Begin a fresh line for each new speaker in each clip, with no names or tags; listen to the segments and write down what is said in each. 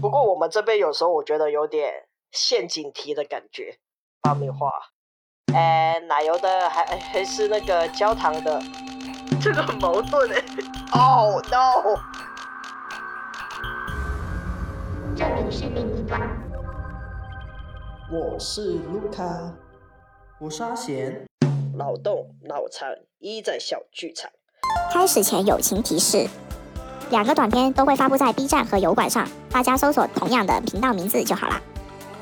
过我们这边有时候我觉得有点陷阱题的感觉，爆米花，哎，奶油的还还是那个焦糖的，
这个很矛盾哎、
欸哦 no！
生命是另一端。
我是卢卡，
我是阿贤，
脑洞脑残一在小剧场，
开始前友情提示：两个短片都会发布在 B 站和油管上，大家搜索同样的频道名字就好啦。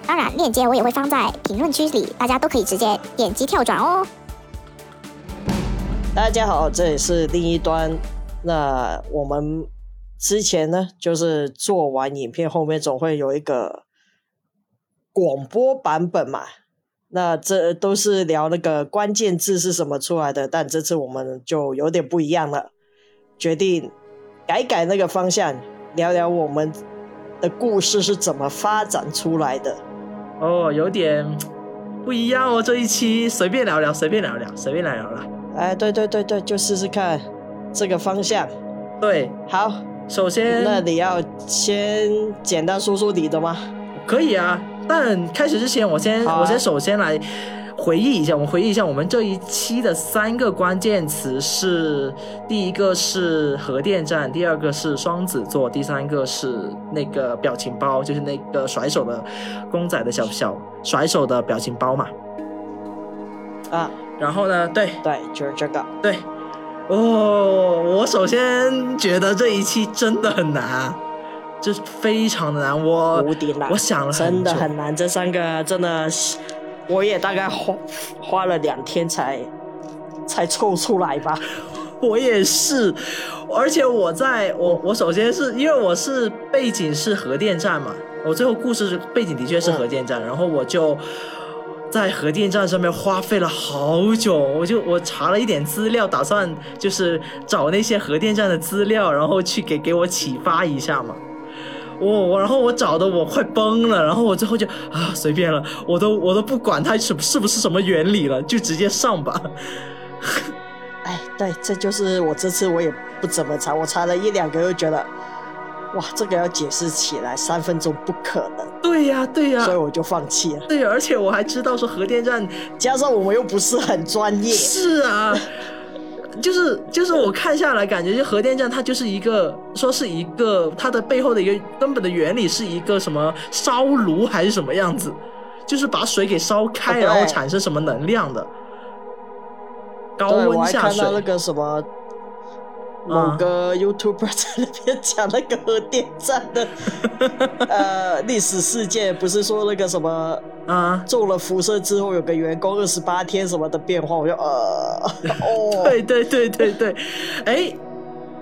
当然，链接我也会放在评论区里，大家都可以直接点击跳转哦。
大家好，这里是另一端。那我们之前呢，就是做完影片后面总会有一个广播版本嘛。那这都是聊那个关键字是什么出来的，但这次我们就有点不一样了，决定改改那个方向，聊聊我们的故事是怎么发展出来的。
哦，有点不一样哦，这一期随便聊聊，随便聊聊，随便聊聊啦。
哎，对对对对，就试试看这个方向。
对，
好，
首先
那你要先简单说说你的吗？
可以啊，但开始之前，我先、
好啊
我先首先来回忆一下，我们回忆一下我们这一期的三个关键词是：第一个是核电站，第二个是双子座，第三个是那个表情包，就是那个甩手的公仔的小小甩手的表情包嘛。
啊，
然后呢，对
对，就是这个。
对，哦，我首先觉得这一期真的很难，这非常的难，我
无敌难，
我想了很
真的
久
很难。这三个真的是，我也大概花花了两天才才凑出来吧。
我也是，而且我在我我首先是因为我是背景是核电站嘛，我最后故事背景的确是核电站，然后我就在核电站上面花费了好久，我就我查了一点资料，打算就是找那些核电站的资料，然后去给给我启发一下嘛。我、我然后我找的我快崩了，然后我最后就啊随便了，我都我都不管它是是不是什么原理了，就直接上吧。
哎，对，这就是我这次我也不怎么查，我查了一两个，又觉得，哇，这个要解释起来三分钟不可能，
对呀、对呀、
所以我就放弃了。
对，而且我还知道说核电站
加上我们又不是很专业，
是啊，就是就是我看下来感觉，就核电站它就是一个说是一个它的背后的一个根本的原理是一个什么烧炉还是什么样子，就是把水给烧开，
哦对
然后产生什么能量的，高
对，我
温
还
下
看
水嗯
到。那个什么。某个 YouTuber 在那边讲那个核电站的呃历史事件，不是说那个什么
啊，
中了辐射之后有个员工二十八天什么的变化，我就呃哦，
对对对对对，哎，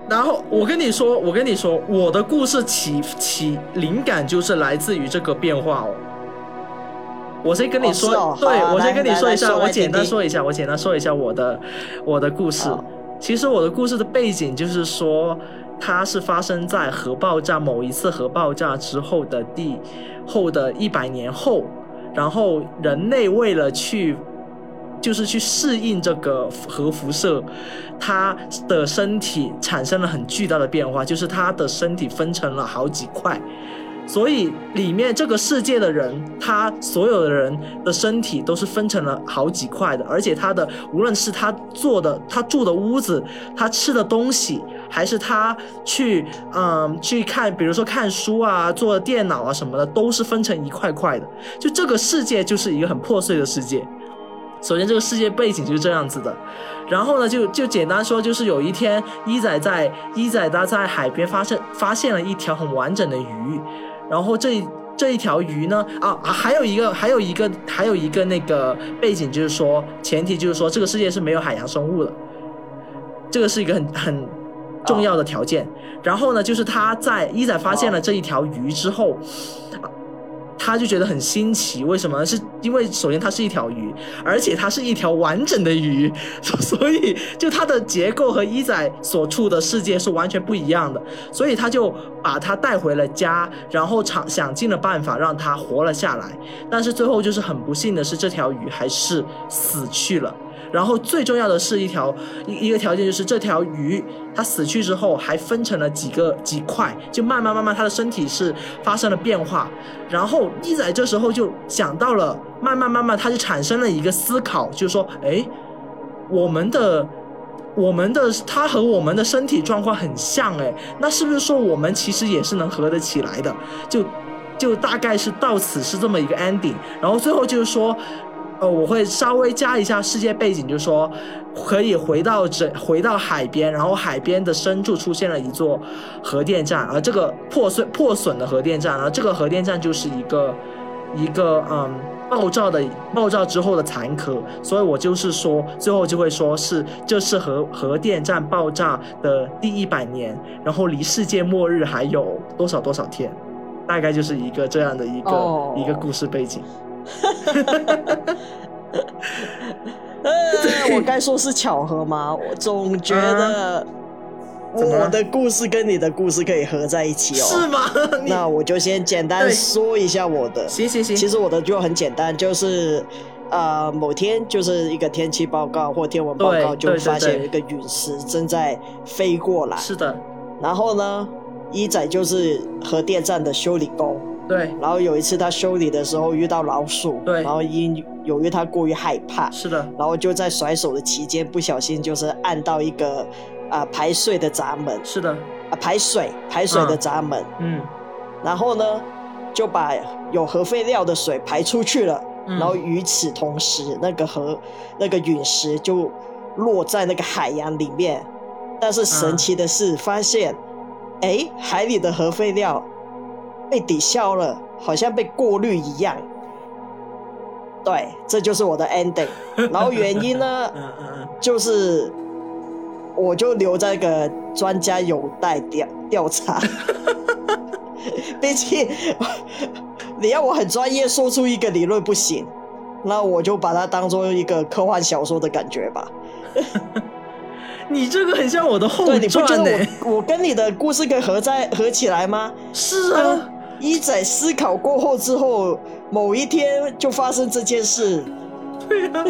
然后我跟你说，我跟你说，我的故事起起灵感就是来自于这个变化哦。我先跟你说，
哦是哦
对、
好啊
我先
来
跟你说一下，
来来说
我
来
简单
听听
说一下，我简单说一下我的我的故事
好。
其实我的故事的背景就是说，它是发生在核爆炸某一次核爆炸之后的第后的一百年后，然后人类为了去就是去适应这个核辐射，它的身体产生了很巨大的变化，就是它的身体分成了好几块。所以里面这个世界的人，他所有的人的身体都是分成了好几块的，而且他的无论是他做的、他住的屋子、他吃的东西，还是他去嗯去看，比如说看书啊、做电脑啊什么的，都是分成一块块的。就这个世界就是一个很破碎的世界。首先，这个世界背景就是这样子的，然后呢，就就简单说，就是有一天，一仔在一仔他在海边发现发现了一条很完整的鱼，然后这一这一条鱼呢，啊，啊还有一个，还有一个，还有一个那个背景就是说，前提就是说，这个世界是没有海洋生物的，这个是一个很很重要的条件。然后呢，就是他在一仔发现了这一条鱼之后，啊他就觉得很新奇，为什么呢？是因为首先它是一条鱼，而且它是一条完整的鱼， 所以就它的结构和一仔所处的世界是完全不一样的。所以他就把他带回了家，然后尝想尽了办法让他活了下来。但是最后就是很不幸的是，这条鱼还是死去了。然后最重要的是一条一一个条件就是这条鱼它死去之后还分成了几个几块，就慢慢慢慢它的身体是发生了变化。然后一仔这时候就想到了，慢慢慢慢他就产生了一个思考，就是说，哎，我们的。我们的它和我们的身体状况很像哎，那是不是说我们其实也是能合得起来的？就就大概是到此是这么一个 ending，然后最后就是说，呃，我会稍微加一下世界背景，就是说可以回到这回到海边，然后海边的深处出现了一座核电站，而这个破碎破损的核电站，而这个核电站就是一个一个嗯。爆炸的爆炸之后的残壳，所以我就是说，最后就会说是这是核核电站爆炸的第一百年，然后离世界末日还有多少多少天，大概就是一个这样的一个、
哦
一个故事背景。
呃，我该说是巧合吗？我总觉得
啊怎么了
我的故事跟你的故事可以合在一起
是
哦。
吗？你
那我就先简单
对
说一下我的。
行行行，
其实我的就很简单，就是呃某天就是一个天气报告或天文报告，
对
就
对
发
对
现有一个陨石正在飞过来。
是的，
然后呢，一仔就是核电站的修理工。
对，
然后有一次他修理的时候遇到老鼠，
对
然后因由于他过于害怕，
是的，
然后就在甩手的期间不小心就是按到一个啊、排水的闸门
是的，
啊排水排水的闸门，
嗯
然后呢就把有核废料的水排出去了，
嗯
然后与此同时那个核那个陨石就落在那个海洋里面，但是神奇的是发现，哎、海里的核废料被抵消了，好像被过滤一样。对，这就是我的 ending。然后原因呢？
嗯嗯嗯，
就是我就留在个专家有待调调查。 毕竟你要我很专业说出一个理论不行，那我就把它当做一个科幻小说的感觉吧。
你这个很像我的后
对，你不觉
传呢、欸
得我我跟你的故事可以合在合起来吗？
是啊，
一仔思考过后之后，某一天就发生这件事，
对 啊，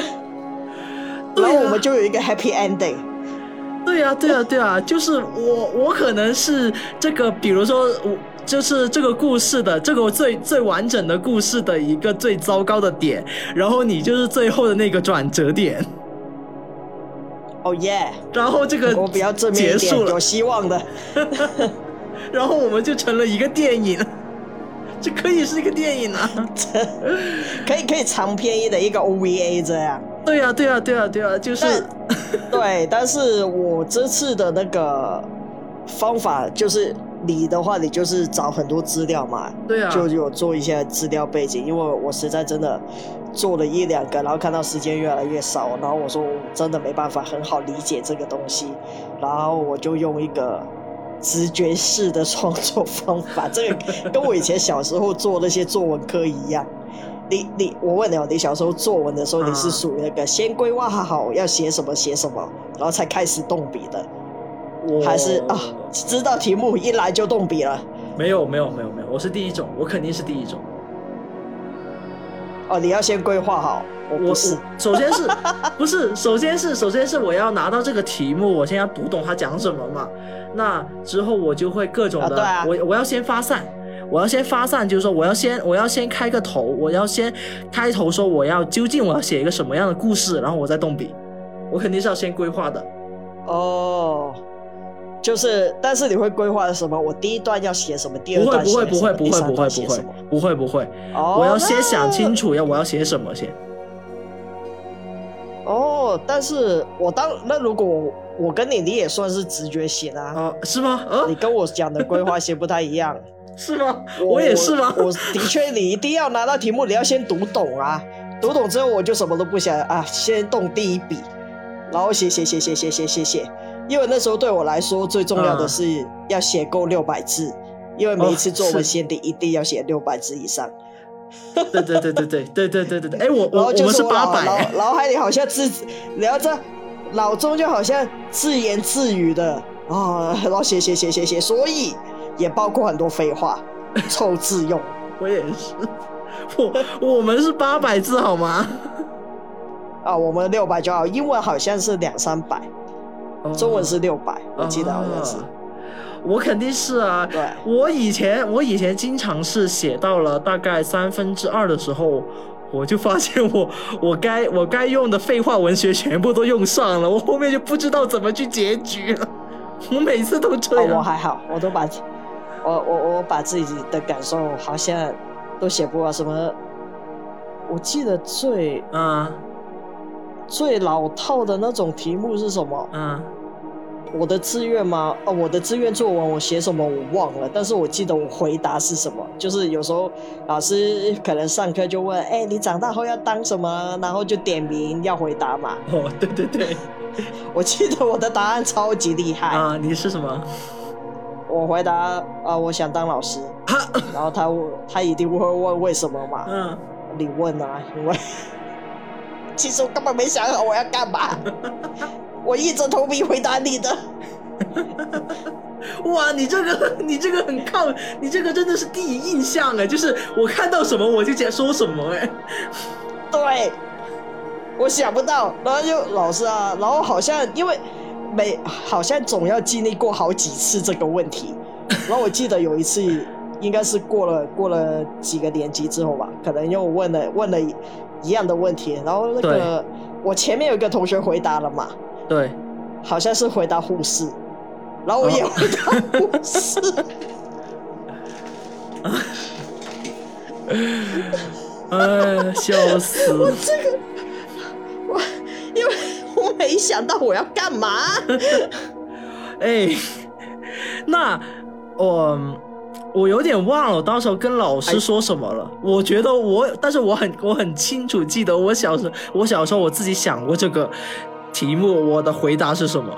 对
然
啊
后我们就有一个 happy ending。
对
啊
呀、对呀、啊对呀、就是我，我可能是这个，比如说我。就是这个故事的这个最最完整的故事的一个最糟糕的点，然后你就是最后的那个转折点，
哦耶！
然后 这个
我比较正面
结
一点，
束了
有，希望的。
然后我们就成了 一个电影，这可以是一个电影啊！
可以可以长篇一的一个 OVA 这样。
对呀、对呀、啊对呀、对呀、就是
对，但是我这次的那个方法就是你的话，你就是找很多资料嘛，
对啊，
就有做一些资料背景，因为我实在真的做了一两个，然后看到时间越来越少，然后我说我真的没办法很好理解这个东西，然后我就用一个。直觉式的创作方法，这个跟我以前小时候做那些作文课一样。你你，我问你哦，你小时候作文的时候，你是
啊
属于那个先规划好要写什么写什么，然后才开始动笔的，
我
还是啊知道题目一来就动笔了？
没有没有没有没有，我是第一种，我肯定是第一种。
哦，你要先规划好，我
我
不是。
首先 是不是？首先是首先是我要拿到这个题目，我先要读懂他讲什么嘛。那之后我就会各种的，
啊对
我我要先发散，我要先发散，就是说我要先我要先开个头，我要先开头说我要究竟我要写一个什么样的故事，然后我再动笔。我肯定是要先规划的。
哦，就是，但是你会规划什么？我第一段要写什么？第二
不会
段
不
写
会
什
不会
么？
不
第
会
三
不会
段
不
写什
会
么？
不会不会，
哦，
我要先想清
楚。
楚要我要写什么先。
哦，但是我当那如果我我跟你，你也算是直觉型啊。
哦，是吗？啊
你，跟我讲的规划型不太一样，
是吗？我也是吗？
我的确，你一定要拿到题目，你要先读懂啊，读懂之后我就什么都不想啊，先动第一笔，然后写写写写写写写写，因为那时候对我来说最重
啊
要的是要写够六百字，因为每一次作
哦
文
是
限定一定要写六百字以
哦
上，
对对对对对对对对对对，哎，我
然
我
后
我
就
们是
我脑
八百，
脑脑海里好像自，你要这脑中就好像自言自语的啊，然后写写写写写，所以也包括很多废话， 凑字用。
我也是，我我们是八百字好吗？
啊，我们六百就好，英文好像是两三百，
哦
中文是六百，我记得好像是。
啊我肯定是啊，
对
我以前我以前经常是写到了大概三分之二的时候，我就发现我 我该我该用的废话文学全部都用上了，我后面就不知道怎么去结局了。我每次都这
哦，我
样，
还好，我都把，我我我把自己的感受好像都写不完。什么？我记得最
嗯
最老套的那种题目是什么？
嗯，
我的志愿吗？哦，我的志愿作文我写什么我忘了，但是我记得我回答是什么。就是有时候老师可能上课就问，哎，你长大后要当什么？然后就点名要回答嘛。
哦，对对对，
我记得我的答案超级厉害，
啊，你是什么？
我回答啊、我想当老师。然后他他一定会问为什么嘛？
嗯，
你问啊，因为其实我根本没想好我要干嘛，我硬着头皮回答你的。
哇，你这个你这个很靠，你这个真的是第一印象哎，就是我看到什么我就讲说什么哎，
对，我想不到，然后就老师啊，然后好像因为每好像总要经历过好几次这个问题，然后我记得有一次应该是过了过了几个年级之后吧，可能又问了问了一一样的问题，然后那个我前面有一个同学回答了嘛，
对，
好像是回答护士，然后我也
哦
回答护士，
哎，笑死！
因为我没想到我要干嘛。
哎， 那我我有点忘了，我当时候跟老
哎
师说什么了。我觉得我，但是我很我很清楚记得，我小时我小时候我自己想过这个题目，我的回答是什么。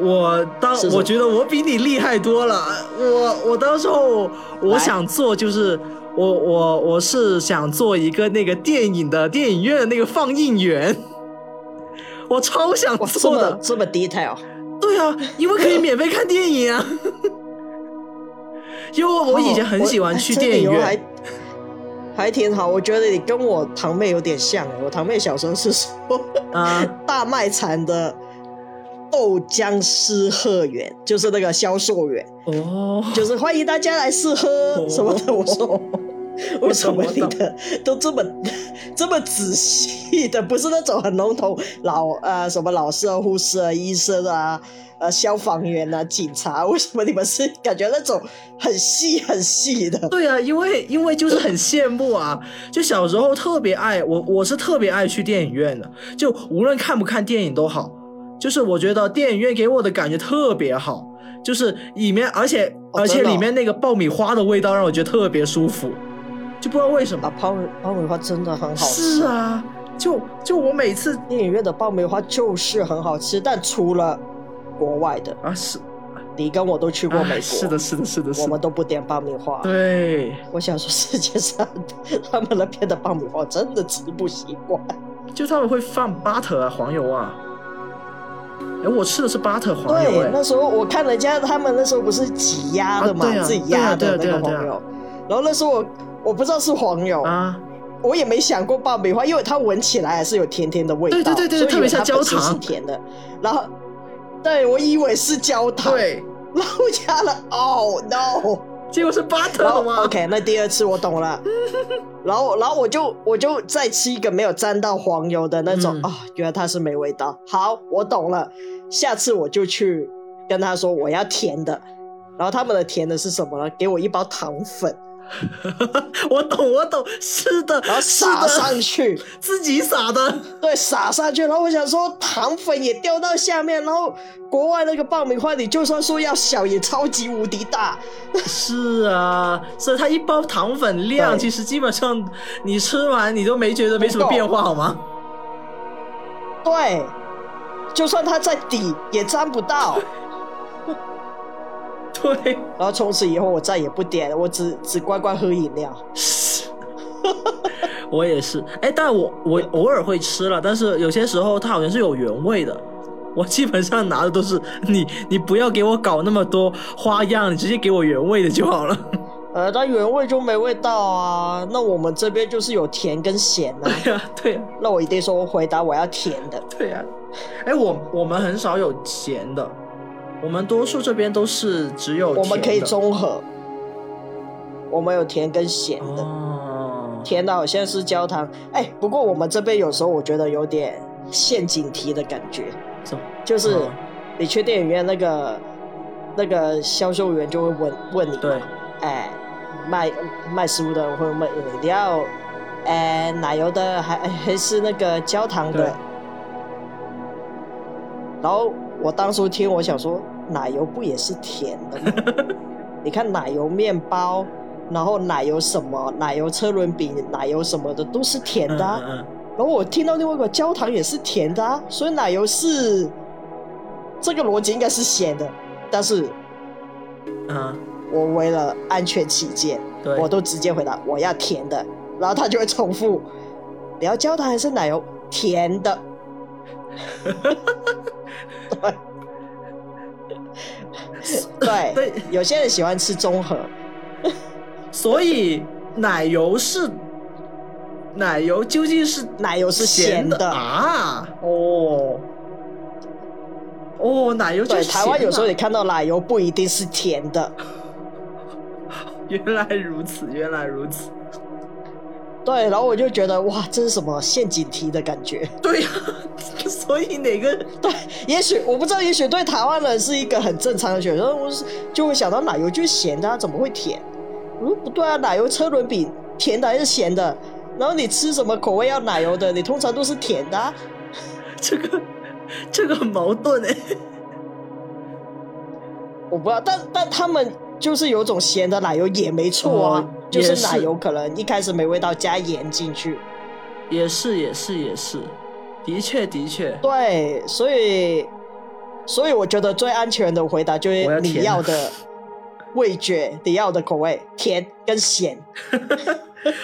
我当
是什么
我觉得我比你厉害多了，我我当时候我
来
想做就是我我我是想做一个那个电影的电影院的那个放映员， 我超想
哇，这
做
么这么 detail，
对啊，因为可以免费看电影啊。 因为我以前很喜欢去电影
哦我哎这理
院
由还还挺好。我觉得你跟我堂妹有点像，我堂妹小时候是说
啊，
大卖场的豆浆诗贺园，就是那个销售员，
哦，
就是欢迎大家来试喝什么的。我 说。为什么你
我懂
的都这么这么仔细的？不是那种很笼统老呃什么老师啊、护士啊、医生啊、呃消防员啊、警察，为什么你们是感觉那种很细很细的？
对啊，因为因为就是很羡慕啊，就小时候特别爱我，我是特别爱去电影院的，就无论看不看电影都好，就是我觉得电影院给我的感觉特别好，就是里面而且、
哦
而且
真的哦
里面那个爆米花的味道让我觉得特别舒服，就不知道为什么。
啊，爆米爆米花真的很好吃。
是啊，就就我每次
电影院的爆米花就是很好吃，但除了国外的，
啊是
你跟我都去过美国，
哎是的，，是的，是的，
我
是
们
的。
都不点爆米花。
对，
我想说，世界上他们那边的爆米花真的吃不习惯。
就他们会放 butter 啊，黄油啊。哎，我吃的是 butter 黄油
对，
哎
那，时候我看人家他们那时候不是挤压的嘛，
啊对啊
自己压的那
对啊对啊
个
对
黄
啊
油，然后那时候我我不知道是黄油，
啊，
我也没想过爆米花，因为它闻起来还是有甜甜的味道，
对对对对
所以
特别像
它本身
焦糖
是甜的。然后，对我以为是焦糖，
对，
然后加了，Oh no！
结果是
然
butter
后
的吗
OK，那第二次我懂 了。然后，然后我就我就再吃一个没有沾到黄油的那种啊、
嗯
原来它是没味道。好，我懂了，下次我就去跟他说我要甜的。然后他们的甜的是什么呢？给我一包糖粉，
我懂，我懂，是的
然后，
是
撒上
的，
去。
自己撒的。
对，撒上去，然后我想说糖粉也掉到下面，然后国外那个爆米花，你就算说要小也超级无敌大，
是啊，所以它一包糖粉量，
对
其实基本上你吃完你都没觉得没什么
不够
变化，好吗？
对，就算它在底也沾不到。
对，
然后从此以后我再也不点了，我只 只乖乖喝饮料。
我也是，哎，但我我偶尔会吃了，但是有些时候它好像是有原味的。 我基本上拿的都是你，你不要给我搞那么多花样，你直接给我原味的就好了。
呃，它原味就没味道啊。那我们这边就是有甜跟咸啊。
对呀、对呀、
那我一定说回答我要甜的。
对呀、哎，我我们很少有咸的，我们多数这边都是只有
我们可以
甜的
综合，我们有甜跟咸的。
哦，
甜的好像是焦糖，哎，不过我们这边有时候我觉得有点陷阱题的感觉，
怎么
就是
嗯
你去电影院那个那个销售员就会问问你，
对，嗯
哎，卖卖食物的人会问你你要，哎，奶油的还还是那个焦糖
对
的，然后我当初听我想说，奶油不也是甜的吗？ 你看奶油面包，然后奶油什么，奶油车轮饼，奶油什么的都是甜的啊、
嗯嗯嗯
然后我听到另外一个焦糖也是甜的、啊，所以奶油是这个逻辑应该是咸的，但是
啊，
我为了安全起见，
对，
我都直接回答我要甜的，然后他就会重复，你要焦糖还是奶油？甜的。对，对，
对，
有些人喜欢吃综合，
所以奶油是奶油究竟是
奶油是咸
咸
的
啊？哦哦，奶油就是
对，台湾有时候你
咸
看到奶油不一定是甜的，
的 原来如此，原来如此，
对，然后我就觉得哇，这是什么陷阱题的感觉？
对呀、所以哪个
对，也许我不知道，也许对台湾人是一个很正常的选择，我是就会想到奶油就是咸的、啊，怎么会甜？我说不对啊，奶油车轮饼甜的还是咸的？然后你吃什么口味要奶油的？你通常都是甜的、啊，
这个这个很矛盾哎？
我不知道，但但他们就是有种咸的奶油也没错啊，
哦
就
也
是
是
奶油可能一开始没味道，加盐进去。
也是也是也是，的确的确，
对，所以，所以我觉得最安全的回答就
我要
是你
甜啊
要的味觉，你要的口味，甜跟咸。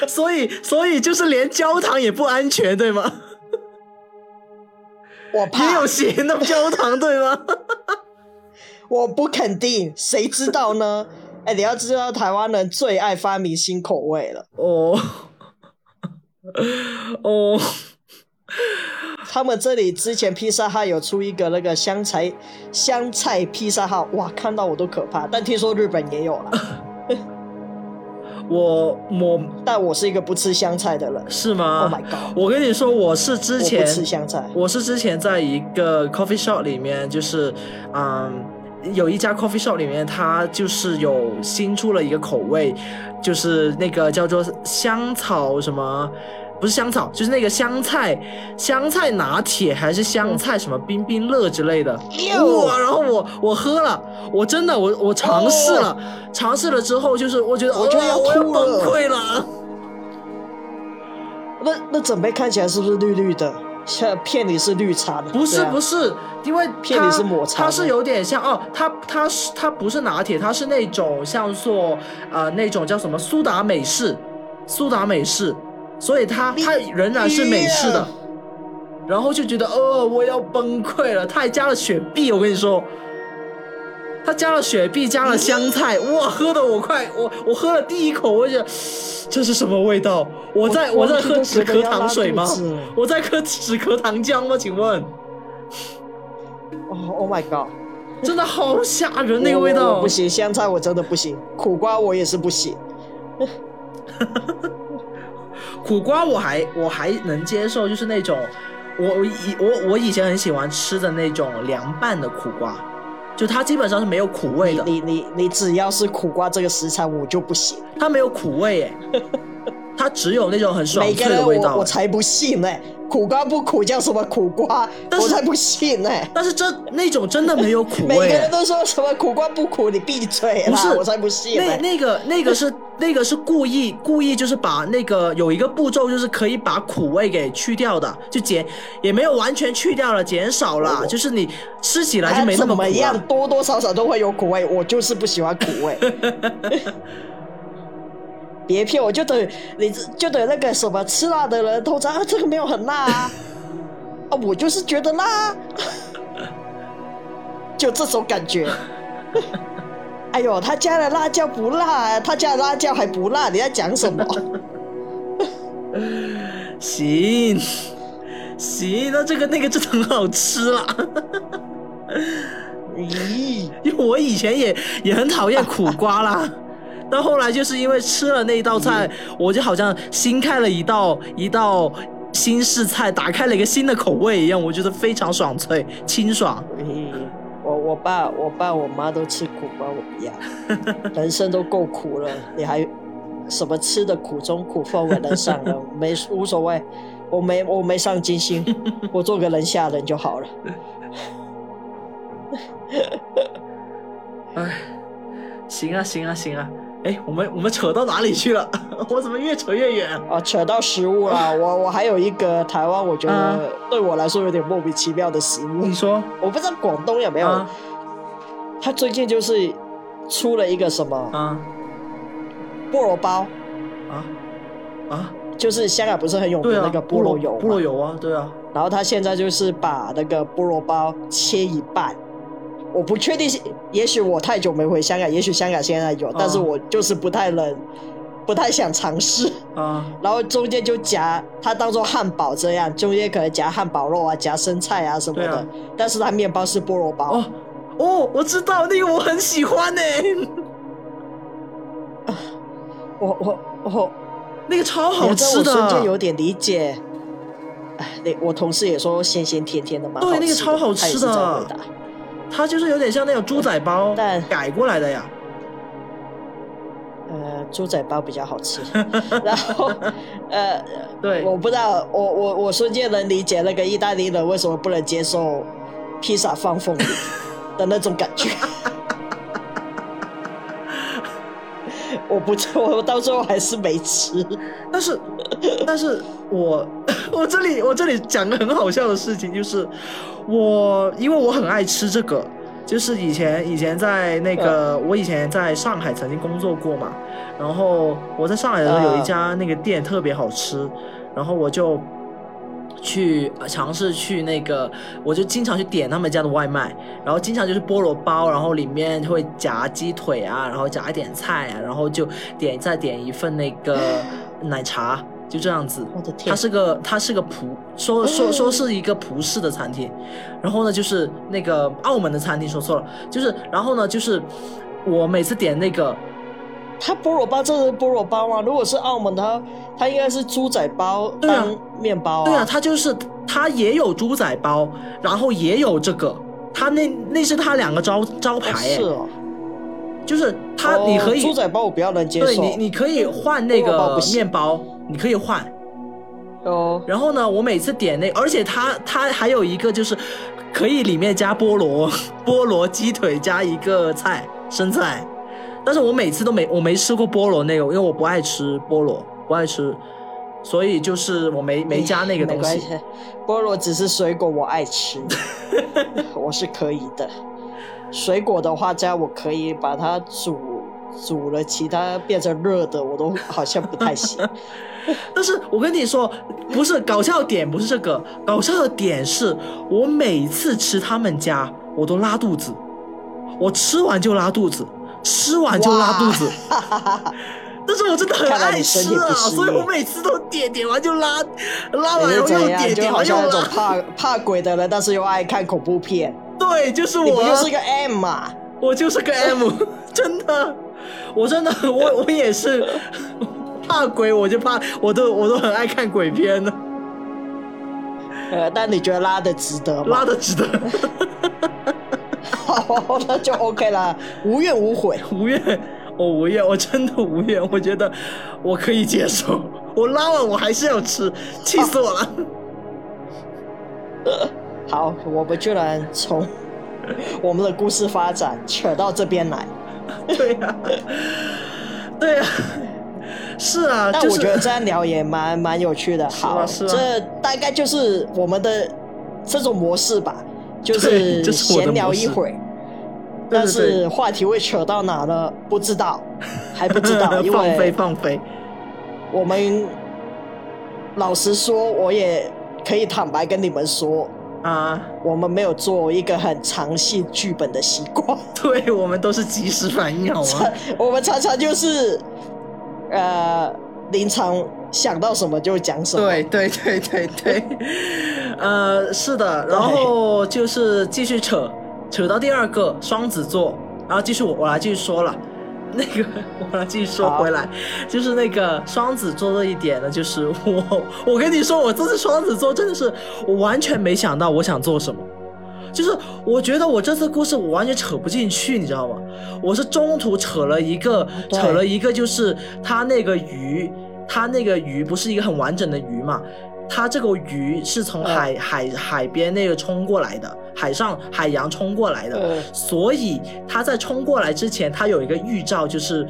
所以所以就是连焦糖也不安全对吗？
我
也
怕
有，咸的焦糖对吗？
我不肯定，谁知道呢？哎，你要知道，台湾人最爱发明新口味了，
哦哦，
他们这里之前披萨哈有出一个那个香菜香菜披萨哈，哇，看到我都可怕。但听说日本也有了，
我我
但我是一个不吃香菜的人。
是吗
Oh my god！
我跟你说，我是之
我
前
不吃香菜
我是之前在一个 coffee shop 里面，就是嗯。有一家 coffee shop 里面，它就是有新出了一个口味，就是那个叫做香草什么，不是香草，就是那个香菜香菜拿铁还是香菜什么冰冰乐之类的。
哟
哇！然后我我喝了，我真的我我尝试了，尝试了之后就是我觉得
我就
哦
要
我要
吐
崩
了
溃了。
那那整杯看起来是不是绿绿的？像骗你是绿茶的？
不是
对啊
不是，因为
骗
它
你是抹茶
它
的
是有点像哦，它它是它不是拿铁，它是那种像做呃那种叫什么苏打美式，苏打美式，所以它它仍然是美式的
呀，
然后就觉得哦我要崩溃了，它还加了雪碧，我跟你说。它加了雪碧，加了香菜，哇，喝的我快，我我喝了第一口，我就觉得这是什么味道？我在
我
我
光
在
听
喝
都
止
觉得
咳
要拉
糖水
肚
吗
子了？
我在喝止咳糖浆吗？请问？
哦，Oh my god！
真的好吓人那个味
我我
道，
我不行，香菜我真的不行，苦瓜我也是不行。
苦瓜我还我还能接受，就是那种我我以我我以前很喜欢吃的那种凉拌的苦瓜，就它基本上是没有苦味的，
你你你只要是苦瓜这个食材，我就不行。
它没有苦 味哎，它只有那种很爽
每
脆
个
的
人
味道哎
我我
诶。
才不信呢、苦瓜不苦叫什么苦瓜？
但是
我才不信呢、
但是这那种真的没有苦
每个
味诶，
人都说什么苦瓜不苦，你闭嘴啦！
不是
我才不信呢、
那那个那个是那个是故意故意就是把那个有一个步骤就是可以把苦味给去掉的，就减也没有完全去掉了，减少了，就是你吃起来就没那
哦怎
苦啊
么
了。
样，多多少少都会有苦味。我就是不喜欢苦 味。别骗我，就等于你这就等于那个什么吃辣的人，通常、啊、这个没有很辣 啊，啊，我就是觉得 辣啊，就这种感觉。哎，哎呦，他加的辣椒不辣，啊他加的辣椒还不辣，你在讲什 么？
行行，那这个那个真的很好吃啦。
咦，
因为我以前也也很讨厌苦瓜啦，但后来就是因为吃了那一道菜，
嗯
我就好像新开了一道一道新式菜，打开了一个新的口味一样，我觉得非常爽脆清爽。嗯
咦，我我爸、我爸、我妈都吃苦瓜，我 不要，人生都够苦了，你还什么吃的苦中苦，分为人上人，没 无所谓，我没我没上金星，我做个人下人就好了。
哎，行啊行啊行啊，哎，我们我们扯到哪里去了？ 我怎么越扯越远？
啊，扯到食物啦，我我还有一个台湾，我觉
啊
得对我来说有点莫名其妙的食物
你，说
我不知道广东有没有
啊，
他最近就是出了一个什么
啊
菠萝包，
啊啊！
就是香港不是很有名
对啊，
那个菠萝油嘛，
菠萝油啊，对啊，
然后他现在就是把那个菠萝包切一半，我不确定是，也许我太久没回香港，也许香港现在
嗯
有，但是我就是不太能，不太想尝试。
啊
然后中间就夹，它当做汉堡这样，中间可能夹汉堡肉啊、夹生菜啊什么的，
对啊
但是它面包是菠萝包，
哦哦，我知道那个我很喜欢呢、
我我我，
那个超好
你知道
吃的，啊
我瞬间有点理解。哎，那我同事也说鲜鲜甜甜的嘛，
对那个超好
他也
吃的
是这样回答
它就是有点像那种猪仔包
但
改过来的呀。
呃，猪仔包比较好 吃，然后呃，
对，
我不知道，我我我瞬间能理解那个意大利人为什么不能接受披萨放凤梨的那种感觉。我不知，我到最后还是没吃。
但是 但是我 我这里我这里讲个很好笑的事情，就是我因为我很爱吃这个。就是以前以前在那个、我以前在上海曾经工作过嘛，然后我在上海的时候有一
嗯
家那个店特别好吃，然后我就去呃尝试去那个，我就经常去点他们家的外卖，然后经常就是菠萝包，然后里面会夹鸡腿啊，然后夹一点菜啊，然后就点再点一份那个 奶茶，就这样子。
我的天哦
它！是个它是个葡说说说是一个葡式的餐厅，然后呢就是那个澳门的餐厅说错了，就是然后呢就是我每次点那个
它菠萝包真的是菠萝包吗？如果是澳门的话，它应该是猪仔包
对啊
当面包
对啊，
啊。
它就是它也有猪仔包，然后也有这个，它那那是它两个招招牌哎
是，哦，
就是它、
哦
你可以
猪仔包我比较能接受。
对你你可以换那
菠萝包
个
不行
面包，你可以换。
哦，
然后呢，我每次点那，而且它它还有一个就是可以里面加菠萝 菠萝鸡腿加一个菜生菜，但是我每次都没我没吃过菠萝那个，因为我不爱吃菠萝，不爱吃，所以就是我没没加那个东
没关
西。
系，菠萝只是水果，我爱吃，我是可以的。水果的话，这样我可以把它煮煮了，其他变成热的，我都好像不太行。
但是我跟你说，不是搞笑点，不是这个，搞笑的点是我每次吃他们家，我都拉肚子，我吃完就拉肚子，吃完就拉肚 子。但是我真的很
看来
爱
你身体
吃
不
啊，
适应
所以我每次都点点完就拉，拉完
你
然
是
哎后又
怎样？
点，
就
点
好
完又
像那种
拉。
怕怕鬼的人，但是又爱看恐怖片。
对，就是
你不
我啊，
就是个 M 嘛？
我就是个 M，真的，我真的，我我 也是怕鬼，我就怕，我都我都很爱看鬼片的，
呃，但你觉得拉的值得吗？
拉的值得。
好， 那就 OK 啦，无怨无悔。
无怨，我无怨，哦我真的无怨，我觉得我可以接受。我拉完我还是要吃，气死我 了！
好，我们居然从我们的故事发展扯到这边来。
对呀、对呀、是啊，
但
就
我
是
觉得这样聊也蛮蛮有趣的。
是啊
好，
是啊
这大概就是我们的这种模式吧，就
对这是我的
闲聊
模
一
式
会儿。
对
但
对对
是话题会扯到哪呢？不知道，还不知道，因
放飞
为
放飞，
我们老实说，我也可以坦白跟你们说，
啊啊，
我们没有做一个很详细剧本的习惯，
对我们都是及时反应好吗？
我们常常就是呃临场想到什么就讲什么。
对对对对对， 呃，是的，然后就是继续扯，扯到第二个双子座，然后继续我我来继续说了。那个，我来继续说回来，就是那个双子座这一点呢，就是我，我跟你说，我这次双子座真的是，我完全没想到我想做什么，就是我觉得我这次故事我完全扯不进去，你知道吗？我是中途扯了一个，
对
扯了一个，就是他那个鱼，他那个鱼不是一个很完整的鱼嘛，它这个鱼是从海、海海边那个冲过来的，海上海洋冲过来的，
嗯
所以他在冲过来之前，他有一个预兆，就是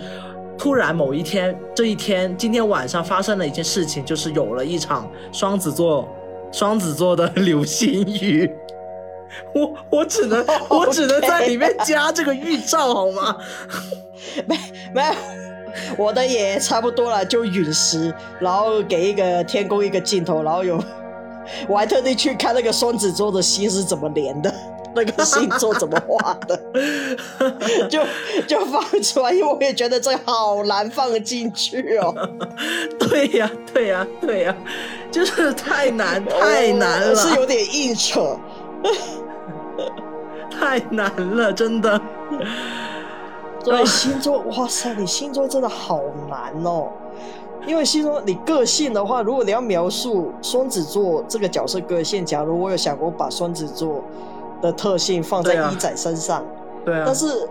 突然某一天，这一天今天晚上发生了一件事情，就是有了一场双子座双子座的流星雨。 我我 只能我只能在里面加这个预兆好吗？
没有， 我的也差不多了，就陨石，然后给一个天宫一个镜头，然后有， 我还特地去看那个双子座的星是怎么连的， 那个星座怎么画的， 就就放出来，因为我也觉得这好难放进去哦，
对呀对呀对呀，就是太 难 太难了，
哦是有点硬扯。
太难了，真的。
对，星座，哇塞，你星座真的好难哦。因为星座，你个性的话，如果你要描述双子座这个角色个性，假如我有想过把双子座的特性放在
对啊
一仔身上，
对啊，
但是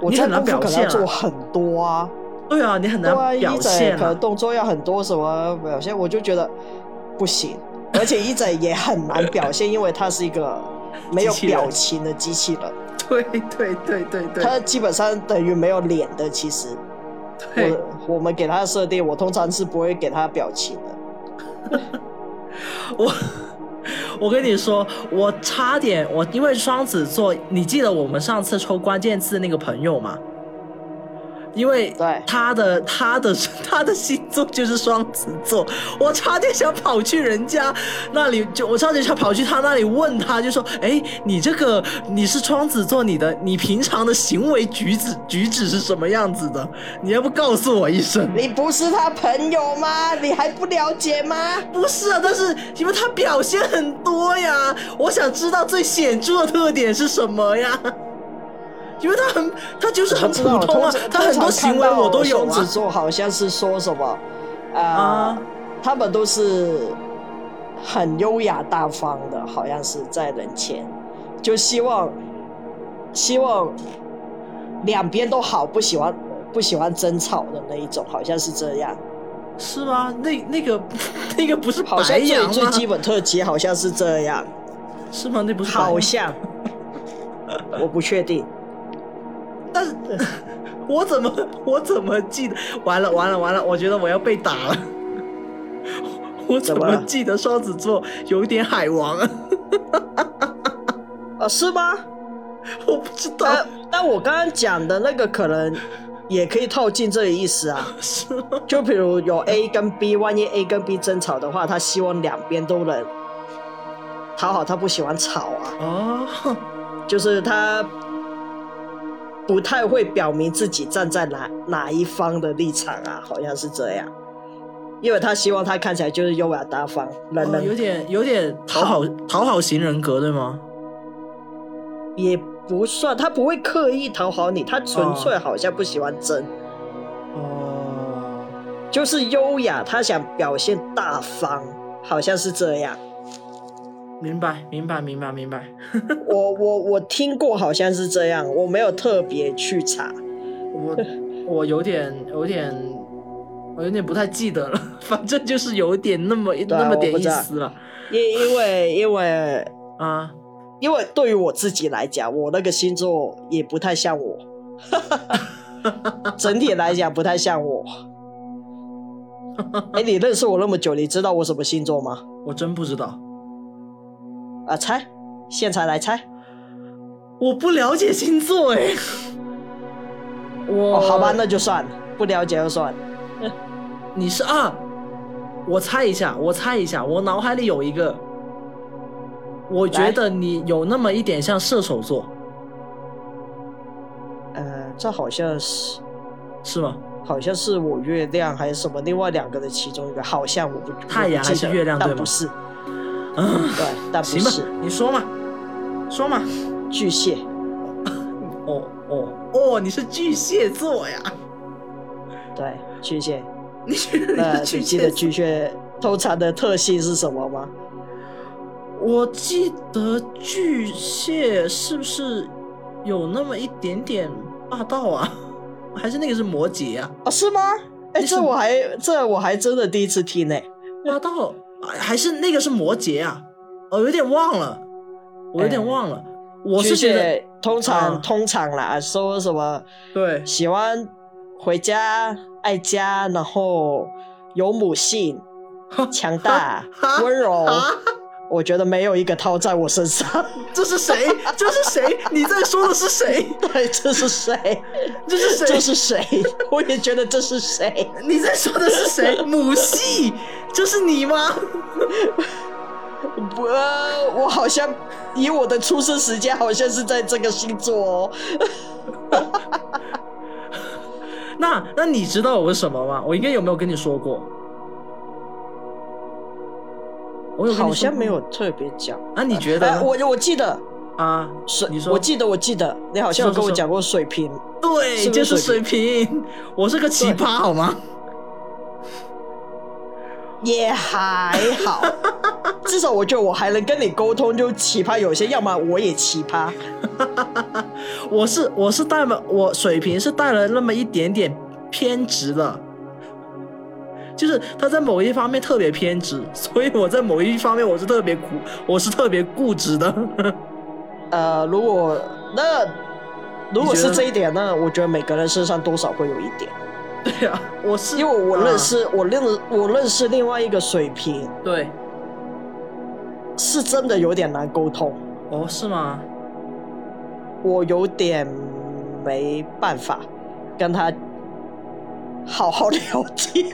我
你
在
很难
功夫
表
可能
现
要
啊
做很多啊，
对啊，你很难
对啊，
表
一仔
现、
可能
啊。
动作要很多什么表现，我就觉得不行，而且一仔也很难表现，因为他是一个没有
机器人
表情的机器人，
对对对对对
他基本上等于没有脸的，其实。
对，
我我们给他的设定，我通常是不会给他表情的。
我 我跟你说，我差点我因为双子座，你记得我们上次抽关键字那个朋友吗？因为
对
他的他的 他的星座就是双子座，我差点想跑去人家那里，就我差点想跑去他那里问他，就说：“哎，你这个你是双子座，你的你平常的行为举止举止是什么样子的？你要不告诉我一声？”
你不是他朋友吗？你还不了解吗？
不是啊，但是因为他表现很多呀，我想知道最显著的特点是什么呀？因为他很，他就是很
我
普
知道我
通啊
通常，
他很多行为我都有
通常看到双子
啊。
座好像是说什么，呃，
啊
他们都是很优雅大方的，好像是在人前，就希望希望两边都好，不喜欢不喜欢争吵的那一种，好像是这样。
是吗？那那个 那个不是
好像
白
最
羊
最
吗？
基本特辑好像是这样。
是吗？那不是白羊
好像，我不确定。
但是 我怎么我怎么记得？完了完了完了！我觉得我要被打了。 我怎
怎么
么
了
记得双子座有点海王啊？
啊，是吗？
我不知道、
但呃但我刚刚讲的那个可能也可以套进这个意思啊。
是吗？
就比如有 A 跟 B，万一 A 跟 B 争吵的话，他希望两边都能讨好，他不喜欢吵啊，
哦，
就是他不太会表明自己站在哪哪一方的立场啊，好像是这样。因为他希望他看起来就是优雅大方，人
哦
人
有点有点讨好讨好型人格，对吗？
也不算，他不会刻意讨好你，他纯粹好像不喜欢争，
哦，
就是优雅，他想表现大方，好像是这样。
明白明白明白明白。
我我我听过，好像是这样，我没有特别去查。
我我有点有点我有点不太记得了， 反正就是有点那么
啊
那么点
我不
意
知道
思了
因因为因为
啊。
因为对于我自己来讲，我那个星座也不太像我，整体来讲不太像我。哎、你认识我那么久，你知道我什么星座吗？
我真不知道，
啊，猜，现在来猜。
我不了解星座哎。我、呃
哦，好吧，那就算了，不了解就算了。
你是啊？我猜一下，我猜一下，我脑海里有一个，我觉
来
得你有那么一点像射手座，
呃，这好像是
是吗？
好像是我月亮还是什么另外两个的其中一个，好像我不
太阳
我不记
还是
得
月亮
但
对吗
不是，
啊，
对，但不
行吧
是，
你说嘛，说嘛。
巨蟹，
哦哦哦，你是巨蟹座呀？
对，巨 蟹。
你觉
那
得你是
呃你
巨
记得
蟹座？
巨蟹通常的特性是什么 吗？
我记得巨蟹是不是有那么一点点霸道啊？ 还是那个是摩羯啊？
啊，是吗？哎，
你是
这我还这我还真的第一次听呢。
霸道啊还是那个是摩羯啊？哦，有点忘了，我有点
哎
忘了。我
巨
是觉得
蟹通常、
啊
通常啦，说什么
对
喜欢回家、爱家，然后有母性、强大
哈、
温柔。
啊，
我觉得没有一个套在我身 上。
这是谁？这是谁？你在说的是谁？
对，这是谁？
这是谁？
这是 谁？我也觉得这是谁？
你在说的是谁？ 母系，这是你吗？
不，呃我好像以我的出生时间，好像是在这个星座哦。
那那你知道我是什么吗？我应该有没有跟你说过？我有跟你说过吗
好像没有特别讲。
啊？你觉得呢、
哎，我我记得
啊？
水，
你说
我记得我记得，你好像有跟我讲过水瓶，
对，
是不
就是是
水
水瓶，我是个奇葩，好吗？
也还好， 至少我觉得我还能跟你沟通，就奇葩有些，要么我也奇葩，
我是我是带了我水瓶是带了那么一点点偏执的，就是他在某一方面特别偏执，所以我在某一方面我是特别固，我是特别固执的。
呃，如果那如果
你觉
是
得
这一点，那我觉得每个人身上多少会有一点，
对啊， 我是
因为我
啊
认识、我认我认识另外一个水瓶，
对
是真的有点难沟通，
哦，是吗？
我有点没办法跟他好好聊天。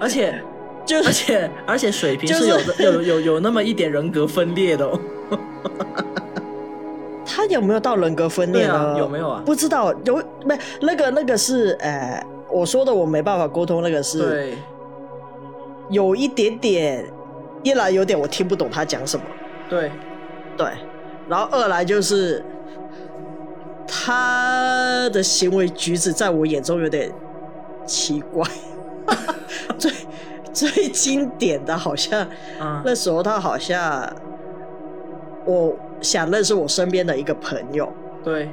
而且
就
而
是
且而且水瓶
就是是
有的、有有有那么一点人格分裂 的、哦，
他有没有到人格分裂呢？
对啊有没有啊
不知道，有没那个那个是呃，我说的我没办法沟通，那个是
对
有一点点，一来有点我听不懂他讲什么，
对，
对，然后二来就是他的行为举止在我眼中有点奇怪， 最最经典的好像
啊
那时候他好像我想认识我身边的一个朋友。
对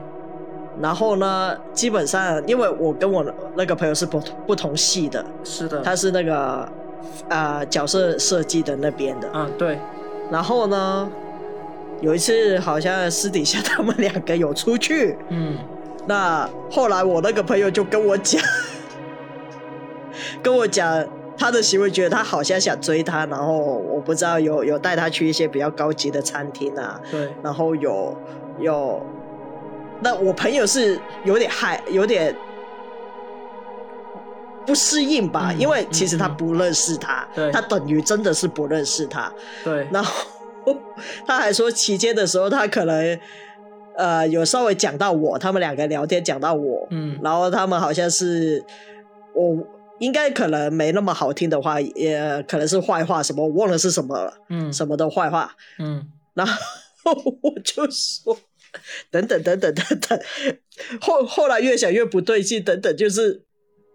然后呢，基本上因为我跟我那个朋友是不不同系的，
是的，
他是那个呃角色设计的那边的。
啊对
然后呢，有一次好像私底下他们两个有出去，
嗯
那后来我那个朋友就跟我讲， 跟我讲。他的行为觉得他好像想追他，然后我不知道有有带他去一些比较高级的餐厅啊，
对
然后有有，那我朋友是有点害，有点不适应吧，
嗯
因为其实他
嗯嗯
不认识他，
对
他等于真的是不认识他。
对
然后 他还说期间的时候，他可能呃有稍微讲到我，他们两个聊天讲到我，
嗯
然后他们好像是我。应该可能没那么好听的话，也呃可能是坏话什么，我忘了是什么了，
嗯
什么的坏话。
嗯
然后我就说，等等等等等等，后后来越想越不对劲，等等就是，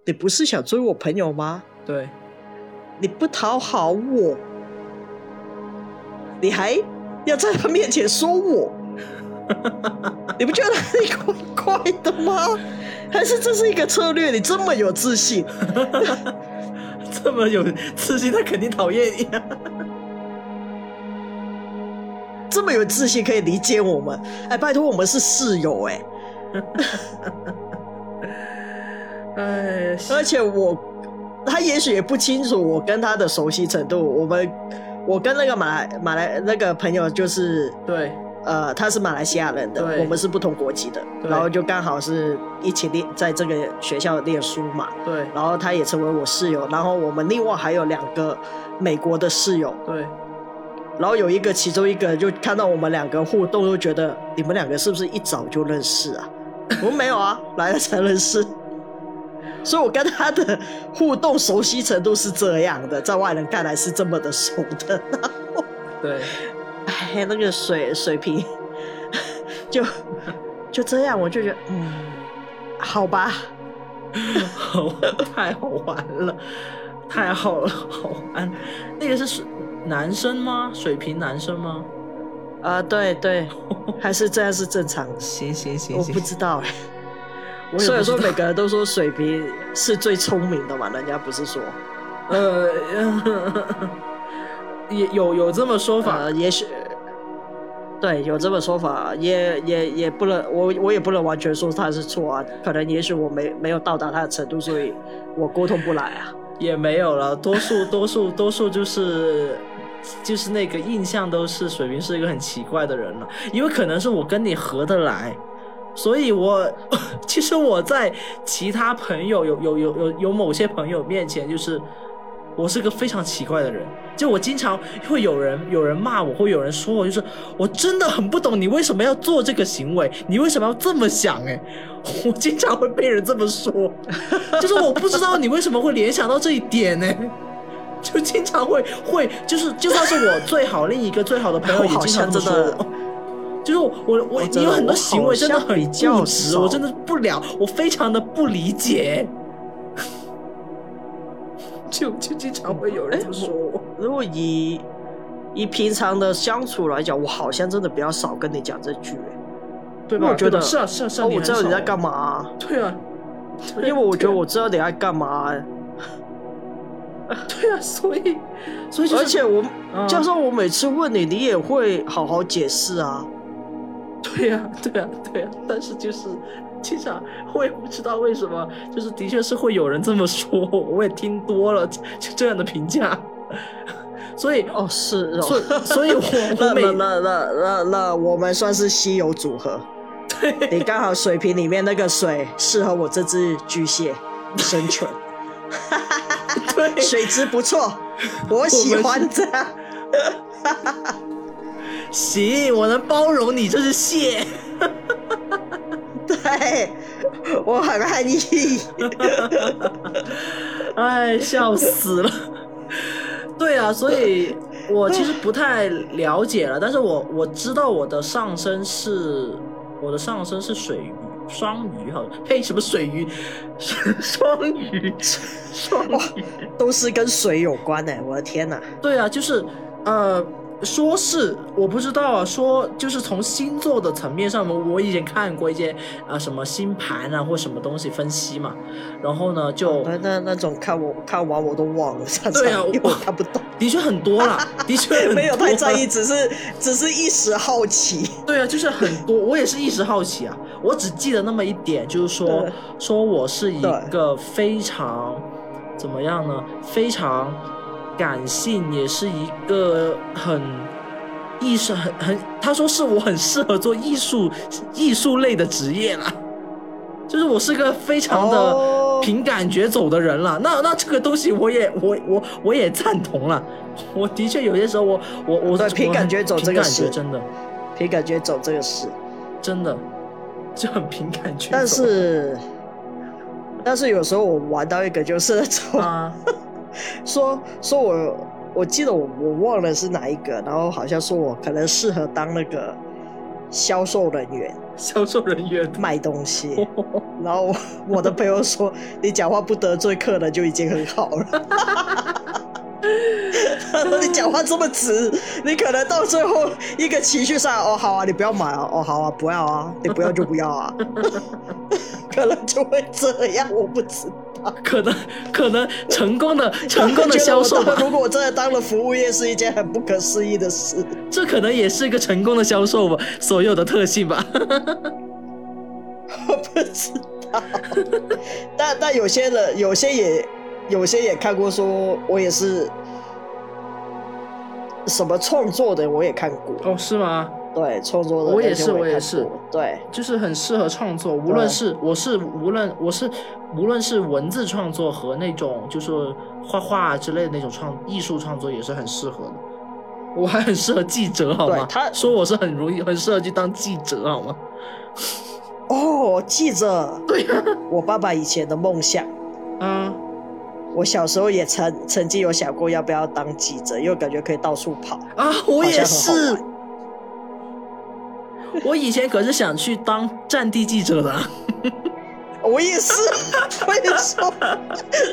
你不是想追我朋友吗？
对
你不讨好我，你还要在他面前说我，你不觉得你怪怪的吗？还是这是一个策略？你这么有自信？
这么有自信，他肯定讨厌你、啊。
这么有自信可以理解我们？哎，拜托，我们是室友哎、
哎，
而且我，他也许也不清楚我跟他的熟悉程度。我们，我跟那个马来马来那个朋友就是
对
呃，他是马来西亚人的，
对
我们是不同国籍的，
对
然后就刚好是一起练在这个学校念书嘛，
对
然后他也成为我室友，然后我们另外还有两个美国的室友，
对
然后有一个其中一个就看到我们两个互动，就觉得你们两个是不是一早就认识啊？我说没有啊，来了才认识。所以我跟他的互动熟悉程度是这样的，在外人看来是这么的熟的。
对，
哎，那个水水平 就就这样，我就觉得嗯，好吧，
好， 太好玩了，太好了，好玩。那个是水男生吗？水瓶男生吗？
啊、对对，还是这样是正常的。
行行行
我
行，
不知道哎、
我也
虽
不
然
知
说
道
每个人都说水瓶是最聪明的嘛，人家不是说，
呃， 也有有这么说法，
呃，也许对有这么说法，也也也不能，我我也不能完全说他是错啊，可能也许我没没有到达他的程度，所以我沟通不来啊。
也没有了。多数多数多数就是就是那个印象都是水瓶是一个很奇怪的人了，因为可能是我跟你合得来。所以我， 其实我在其他朋友有有有有有某些朋友面前，就是我是个非常奇怪的人。就我经常会有人有人骂我，或有人说我，就是我真的很不懂你为什么要做这个行为，你为什么要这么想？哎， 我经常会被人这么 说，就是我不知道你为什么会联想到这一点呢？就经常会会就是就算是我最好另一个最好的朋友
我
也
好
经常这么
像
说
真的
我。就是我我我
我真的
你有很多行哦为真的很
我好像比较
固执，
少
我真的不了，我非常的不理解。 就就经常会有人这么说哎我，
如果以以平常的相处来讲，我好像真的比较少跟你讲这句、欸，
对
因为
吧？
我觉
对
得
吧是啊是啊是啊，
哦，我知道你在干
嘛？
嘛啊、
对 啊，对啊
因为我觉
对
得
啊
我知道你在干嘛、啊
对啊，所以所以就是
而且我
嗯
教授，我每次问你，你也会好好解释啊。
对呀、对呀、对呀、但是就是经常我也不知道为什么，就是的确是会有人这么说，我也听多了就就这样的评价， 所以
哦，是哦，
所以所以我
那
我每
那那那那那我们算是稀有组合。你刚好水瓶里面那个水适合我这只巨蟹生 存，
对
水质不错，我喜欢这样。
行，我能包容你这是蟹，
对，我很安逸。
哎，笑死 了。对啊，所以我其实不太了解了，但是我我知道我的上身是我的上身是水鱼。双鱼好像，呸，什么水鱼？ 双鱼， 双鱼。
都是跟水有关的、欸我的天哪！
对啊，就是呃，说是我不知道啊，说就是从星座的层面上，我以前看过一些啊、呃什么星盘啊或什么东西分析嘛，然后呢就。
那那那种看我看完我都忘了，上次
对啊
因为
我
我看不懂，
的确很多啦，的确很多 啊
没有太在意，
啦。
只是只是一时好奇。
对啊，就是很多， 我也是一时好奇啊。我只记得那么一点，就是说
对
说我是一
对
个非常怎么样呢？非常感性，也是一个很艺术，很很。他说是我很适合做艺术艺术类的职业啦，就是我是个非常的
哦
凭感觉走的人了。那那这个东西我也我我我也赞同了。 我的确有些时候我我我
对
我
凭
很
感觉走
凭
这个
感觉
是
真的
凭感觉走这个事，
真的 就很凭感觉走。
但是但是有时候我玩到一个就是那种、
啊，
说说我我记得我我忘了是哪一个，然后好像说我可能适合当那个销售人员
销售人 员
卖东西，然后我我的朋友说你讲话不得罪客人就已经很好了。他说你讲话这么直，你可能到最后一个情绪上，哦，好啊，你不要买啊，哦，好啊，不要啊，你不要就不要啊， 可能就会这样，我不知
可能可能成功 的成功的销售
我觉得我当
吧，
如果我真的当了服务业，是一件很不可思议的事。
这可能也是一个成功的销售吧，所有的特性吧。
我不知道， 但但有些人，有些也，有些也看过说我也是什么创作的，我也看过。
哦，是吗？
对，创作的
我也
那些
是
我
我也
看
是
过对，
就是很适合创作，无论是我是无论我是无论是文字创作和那种就是画画之类的那种创艺术创作也是很适合的。我还很适合记者，好吗
对？他
说我是很容易很适合去当记者，好吗？
哦，记者，
对呀、
我爸爸以前的梦想，
啊，
我小时候也曾曾经有想过要不要当记者，因为感觉可以到处跑。
啊，我
好
也
像很
是
好。
我以前可是想去当战地记 者的，
我也是， 我也说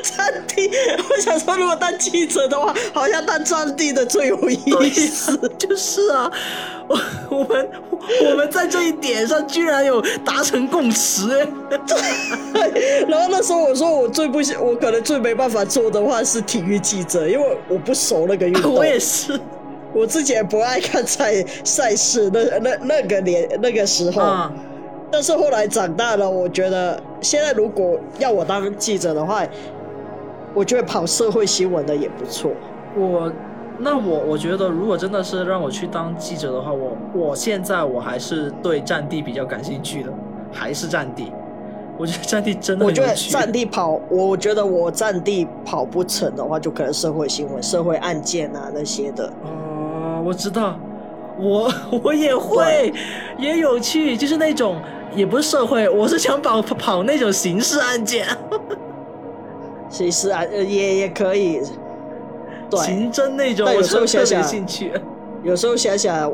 战地。我想说，如果当记者的话，好像当战地的最有意思。
就是啊，我我们我们在这一点上居然有达成共识，哎
然后那时候我说，我最不喜，我可能最没办法做的话是体育记者，因为我不熟那个运动。
我也是
我自己也不爱看赛赛事，那那那个年那个时候。
啊，
但是后来长大了，我觉得现在如果要我当记者的话，我觉得跑社会新闻的也不错。
我。那我我觉得，如果真的是让我去当记者的话，我我现在我还是对战地比较感兴趣的，还是战地。我觉得战地真的
我
很
觉
有
得
趣。
战地跑，我觉得我战地跑不成的话，就可能社会新闻、社会案件啊那些的。
哦，我知道，我 我也会，也有趣，就是那种也不是社会，我是想跑 跑那种刑事案件、
其实啊，呃也也可以。对，
刑侦那种，
但
我
有时候
是特
想
别
想
兴趣。
有时候想想，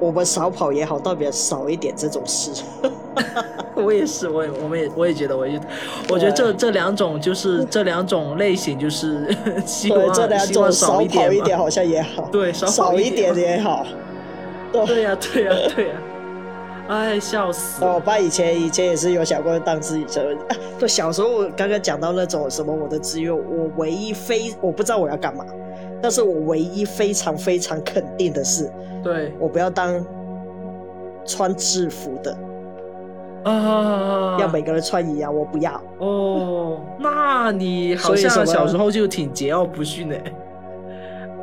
我们少跑也好，代表少一点这种事。
我也是，我也我们也我也觉得，我也 我觉得这这两种 就是这两两种类型，就是 希
对，
望
啊这两
希
种
望
少
少
跑一
嘛
点好像也好，
对少跑
少
一
一
点
点也好。
对呀、对呀、对呀、哎，笑死
哦那！我爸以前以前也是有想过当自己车。啊 对，小时候我刚刚讲到那种什么我的志愿，我唯一非我不知道我要干嘛，但是我唯一非常非常肯定的是，
对
我不要当穿制服的，
啊，
要每个人穿一样，我不要。
哦，那你好
所以什
像
么
小时候就挺桀骜不驯的。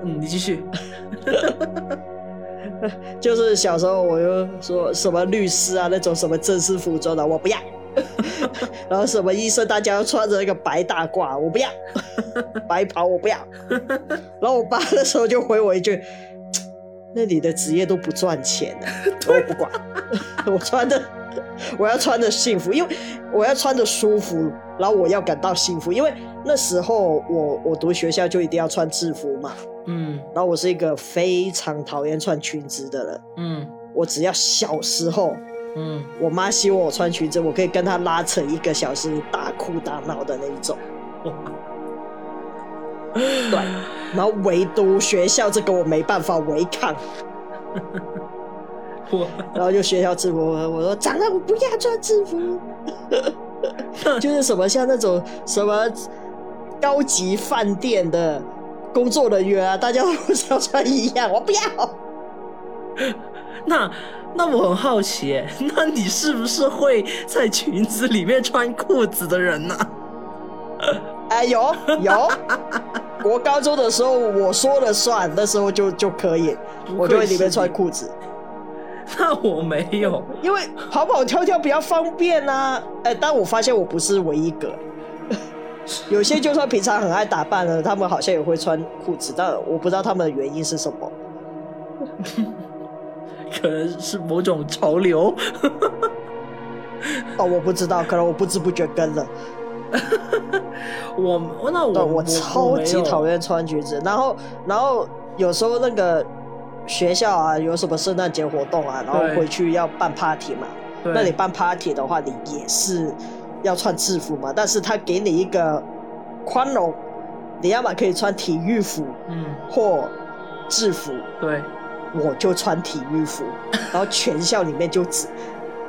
嗯，你继续。
就是小时候我就说什么律师啊那种什么正式服装的我不要， 然后什么医生大家要穿着那个白大褂我不要，白袍我不要。然后我爸那时候就回我一句：“那你的职业都不赚钱的，我不管，我穿的我要穿的幸福，因为我要穿的舒服，然后我要感到幸福，因为那时候我我读学校就一定要穿制服嘛，
嗯
然后我是一个非常讨厌穿裙子的人。”
嗯
我只要小时候，
嗯，
我妈希望我穿裙子，我可以跟她拉扯一个小时，大哭大闹的那一种。
哇，
对，然后唯独学校这个我没办法违抗，
我
然后就学校制服，我我说长大我不要穿制服， 就是什么像那种什么高级饭店的工作人员啊，大家都是要穿一样，我不要。
那那我很好奇，那你是不是会在裙子里面穿裤子的人呢、
哎，有有，国高中的时候我说了算，那时候就就可以，我就会里面穿裤子，
那我没有。
因为跑跑跳跳比较方便啊。哎，但我发现我不是唯一一个， 有些就算平常很爱打扮的，他们好像也会穿裤子，但我不知道他们的原因是什么。
可能是某种潮流，
哦，我不知道，可能我不知不觉跟了。
我那
对，
我
我超
没
级
有
讨厌穿裙子。然后，然后有时候那个学校啊，有什么圣诞节活动啊，然后
对
回去要办 party 嘛。
对
那你办 party 的话，你也是要穿制服嘛？但是他给你一个宽容，你要么可以穿体育服
嗯
或制服，
对，
我就穿体育服，然后全校里面就只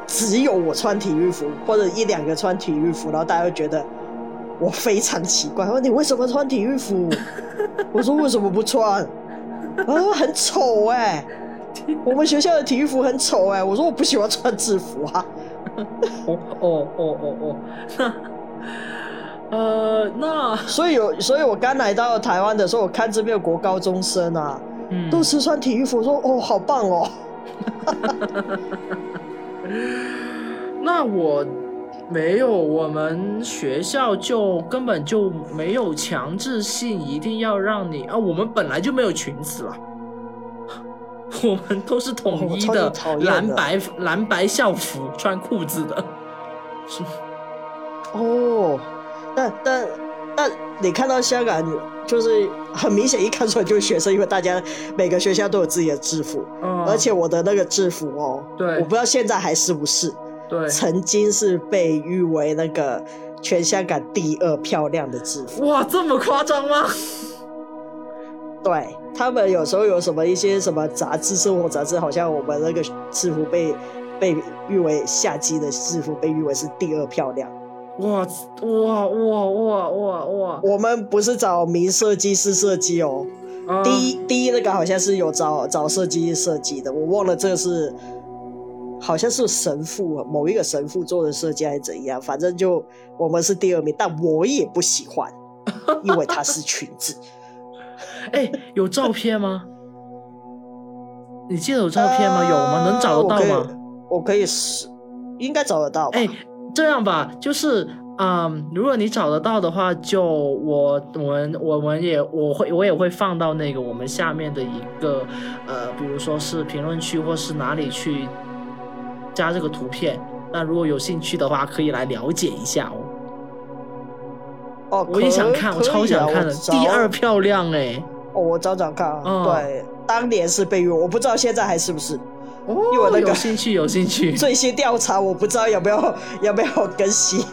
只有我穿体育服，或者一两个穿体育服，然后大家就觉得我非常奇怪，说你为什么穿体育服？我说为什么不穿？然后他说很丑哎、我们学校的体育服很丑哎、我说我不喜欢穿制服啊。
哦哦哦哦 哦，那呃那
所以有，所以我刚来到台湾的时候，我看这边有国高中生啊，
嗯
都是穿体育服，我说哦，好棒哦，
那我没有，我们学校就根本就没有强制性一定要让你啊，我们本来就没有群体了， 我们都是统一
哦我超级
的
讨厌的
蓝白蓝白校服穿裤子的，是
哦， 但但但你看到香港，就是很明显一看出来就是学生，因为大家每个学校都有自己的制服，
嗯
而且我的那个制服哦，
对
我不知道现在还是不是，
对，
曾经是被誉为那个全香港第二漂亮的制服。
哇，这么夸张吗？
对他们有时候有什么一些什么杂志、生活杂志，好像我们那个制服被被誉为夏季的制服被誉为是第二漂亮。
哇哇哇哇哇哇！
我们不是找名设计师设计哦，
啊
第一第一那个好像是有找找设计设计的，我忘了这个是好像是神父某一个神父做的设计还是怎样，反正就我们是第二名，但我也不喜欢，因为它是裙子。
哎，有照片吗？你记得有照片
呃
吗？有吗？能找得
呃我
到吗
可以？我可以是应该找得到吧？
哎，这样吧，就是，嗯，如果你找得到的话，就我我们我们也我会我也会放到那个我们下面的一个，呃，比如说是评论区或是哪里去加这个图片。那如果有兴趣的话，可以来了解一下哦。
哦，
我也
可
想看，我超想看
可以啊
的。
我找
第二漂亮哎，
哦，我找找看啊。
嗯
对，当年是被誉为，我不知道现在还是不是。
哦
因为我那个
有兴趣有兴趣
最新调查我不知道有没有 有没有更新。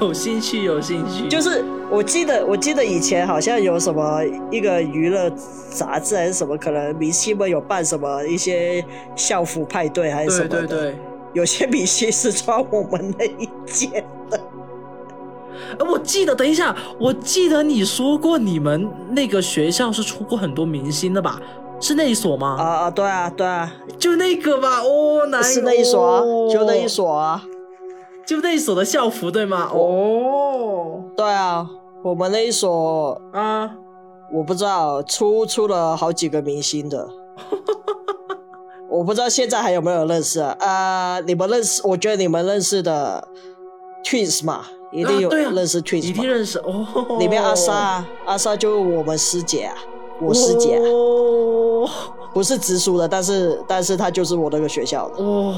有兴趣有兴趣，
就是我记得，我记得以前好像有什么一个娱乐杂志还是什么，可能明星们有办什么一些校服派对还是什
对
么的
对对。
有些明星是穿我们那一 件的。
哎，我记得，等一下，我记得你说过你们那个学校是出过很多明星的吧？是那一所吗？
啊啊，对啊，对啊，
就那个吧，哦，男
是那一所啊，就那一，
哦
所啊，
就那一所的校服对吗？哦，
对啊，我们那一所
啊，
我不知道出出了好几个明星的，我不知道现在还有没有认识啊？啊、你们认识？我觉得你们认识的 Twins 嘛，一定有
啊对啊
认识
一
Twins
定
嘛？
认识哦。
里面阿莎啊，阿莎就是我们师姐啊，我师姐啊、
哦
不是直属的，但是但是她就是我那个学校的。
哦，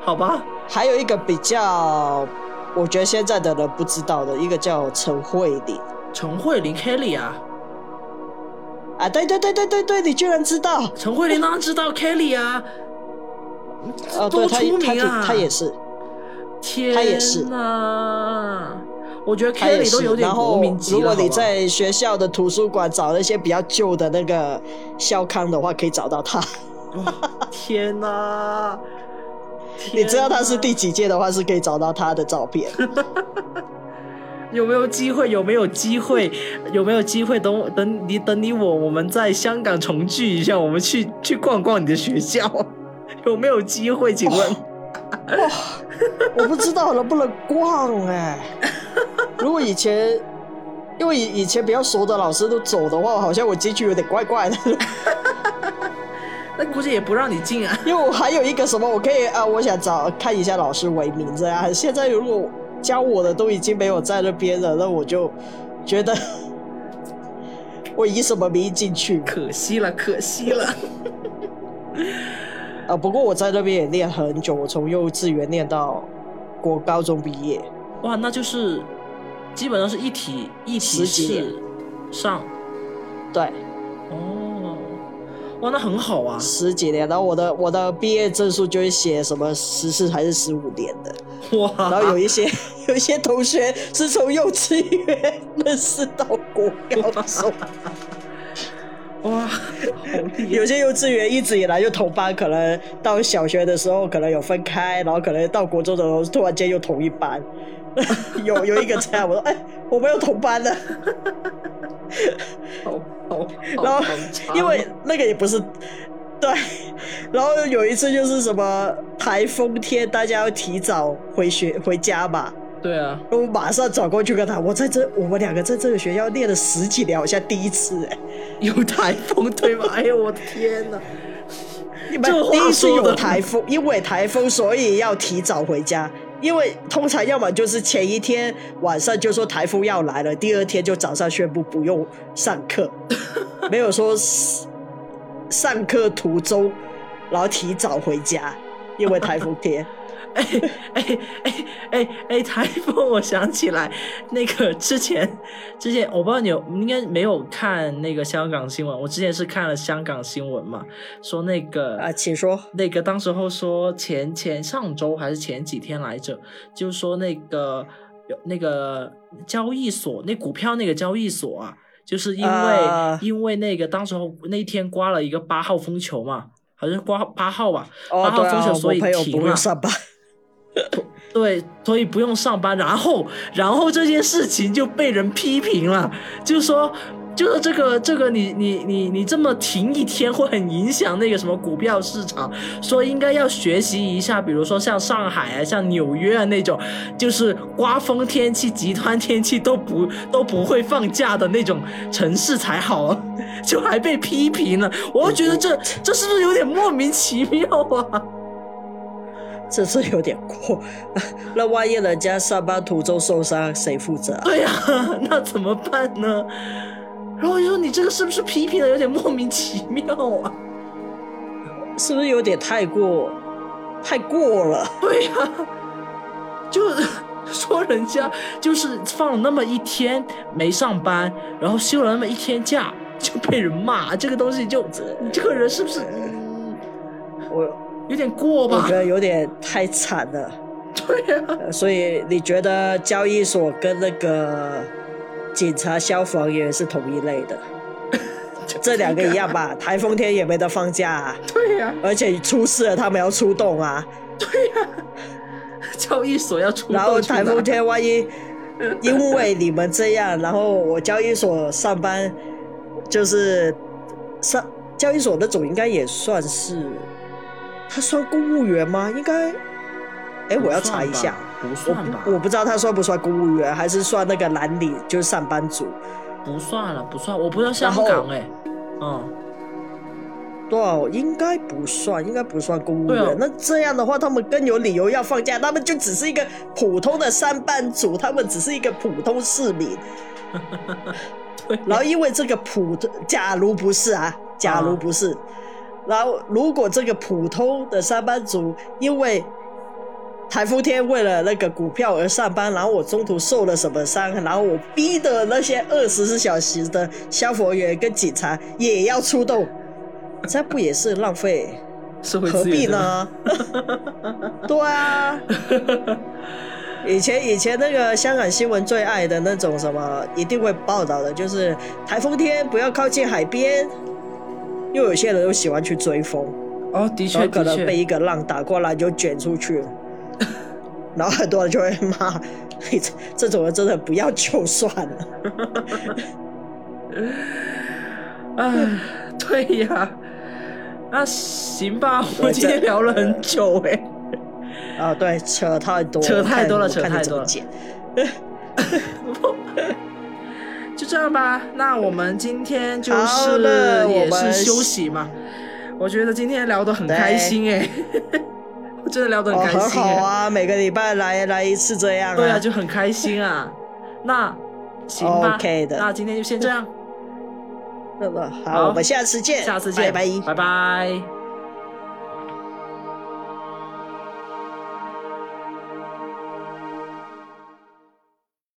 好吧，
还有一个比较，我觉得现在的人不知道的一个叫陈慧琳
陈慧琳 Kelly 啊，
啊，对对对对对对，你居然知道？
陈慧琳当然知道 Kelly 啊，
哦，对，
多
她
出
她
名
就
啊，
她也是。
天呐，
他也是
我觉得
他也
Kelly
是
都有点
然
国
后
民，级
如
了。
果你
好吧
在学校的图书馆找了一些比较旧的那个校刊的话，可以找到 他。
天呐，
你知道
天呐
他是第几届的话，是可以找到他的照片。
有没有机会？有没有机会？有没有机会？等我等你等你我，我们在香港重聚一下，我们去去逛逛你的学校， 有没有机会？请问，
我不知道能不能逛 哎、如果以前，因为以以前比较熟的老师都走的话，好像我进去有点怪怪的。
那估计也不让你进啊。
因为我还有一个什么，我可以啊，我想找看一下老师为名这样。现在如果教我的都已经没有在那边了，那我就觉得 我以什么名义进去
可惜了，可惜了。
啊？不过我在那边也练很久，我从幼稚园练到国高中毕业，
哇，那就是基本上是一体一体
十几年
式上
对，
哦，哇，那很好啊。
十几年。然后我的我的毕业证书就会写什么十四还是十五年的。
哇，
然后有一些 有一些同学是从幼稚园认识到国高中。
哇，好厉
有些幼稚园一直以来就同班，可能到小学的时候可能有分开，然后可能到国中的时候突然间又同一班。 有有一个这样，我说哎，我们又同班了，
害，好好，
然后
好
因为那个也不是对。然后有一次就是什么台风天，大家要提早回学回家嘛，
对啊，
然后我马上转过去跟他，我在这我们两个在这个学校练了十几年，好像第一次哎、
有台风对吗？哎呦我的天哪！
因
这
为
话
第 一是
说
有
的
台风，因为台风所以要提早回家。因为通常要么就是前一天晚上就说台风要来了，第二天就早上宣布不用上 课，没有说上课途中然后提早回家，因为台风 天。
哎哎哎哎哎，台风！我想起来，那个之前 之前，我不知道你有应该没有看那个香港新闻，我之前是看了香港新闻嘛，说那个
啊请说
那个当时候说前前上周还是前几天来着，就说那个有那个交易所那股票那个交易所啊，就是因为、
啊
因为那个当时候那天刮了一个八号风球嘛，好像刮八号吧，
哦
八，号
对
风
啊，
球
我
所以
朋友
停
不
了
用。上班，
对，所以不用上班。然后，然后这件事情就被人批评了，就说，就是这个这个你你你你这么停一天会很影响那个什么股票市场，说应该要学习一下，比如说像上海啊、像纽约啊那种，就是刮风天气、极端天气都不 都不会放假的那种城市才好，就还被批评了。我就觉得这这是不是有点莫名其妙啊？
这是有点过。那万一人家上班途中受伤，谁负责啊？
对哎呀、那怎么办呢？然后我就说你这个是不是批评的有点莫名其妙啊？
是不是有点太过太过了？
对呀、就说人家就是放了那么一天没上班，然后休了那么一天假，就被人骂，这个东西就你这个人是不是嗯
我
有点过
我
吧
觉？得有点太惨了。
对啊呀、
呃所以你觉得交易所跟那个警察、消防员是同一类 的？这两个一样吧，台风天也没得放假、啊，
对呀、
而且出事了他们要出动啊。
交易所要出
然后
动去嗯
台
拿
风天万一因为你们这样，然后我交易所上班就是上交易所那种应该也算是，他算公务员吗？应该，哎，我要查一下，
不
我
算吧，
不我不知道他算不算公务员，还是算那个蓝领，就是上班族。
不算了，不算，我不知道香
然后
港哎，嗯。
对啊、应该不算，应该不算公务员。
对啊
那这样的话，他们更有理由要放假。他们就只是一个普通的上班族，他们只是一个普通市民。然后因为这个普通，假如不是啊，假如不是，然后如果这个普通的上班族因为台风天为了那个股票而上班，然后我中途受了什么伤，然后我逼的那些二十四小时的消防员跟警察也要出动，这不也是浪费？
社会
何
资源
必
真的
呢？对啊，以前以前那个香港新闻最爱的那种什么，一定会报道的，就是台风天不要靠近海边。又有些人又喜欢去追风，
哦，的
然
确
后可
的
能
确，
被一个浪打过来就卷出去 了，然后很多人就会骂：“你这这种人真的不要就算了。
哎，对呀，那啊 行吧，我
对
今天
这
聊了很 久哎、”
啊，对，扯太多，
扯太多了
我看
扯太
我看你怎
多
么
了
剪
就这样吧。那我们今天就
好
是
的
也
我
是
们
休息嘛。我觉得今天聊得很开心哎、 我真的聊得
哦，
很开
很
心、
好
哎。
啊，每个礼拜来来一次这样啊。
对啊，就很开心啊。那行吧
OK 的
那 今天就先这样，
那么好，
好
我们下次见，
下次
拜
见，
拜。
拜拜。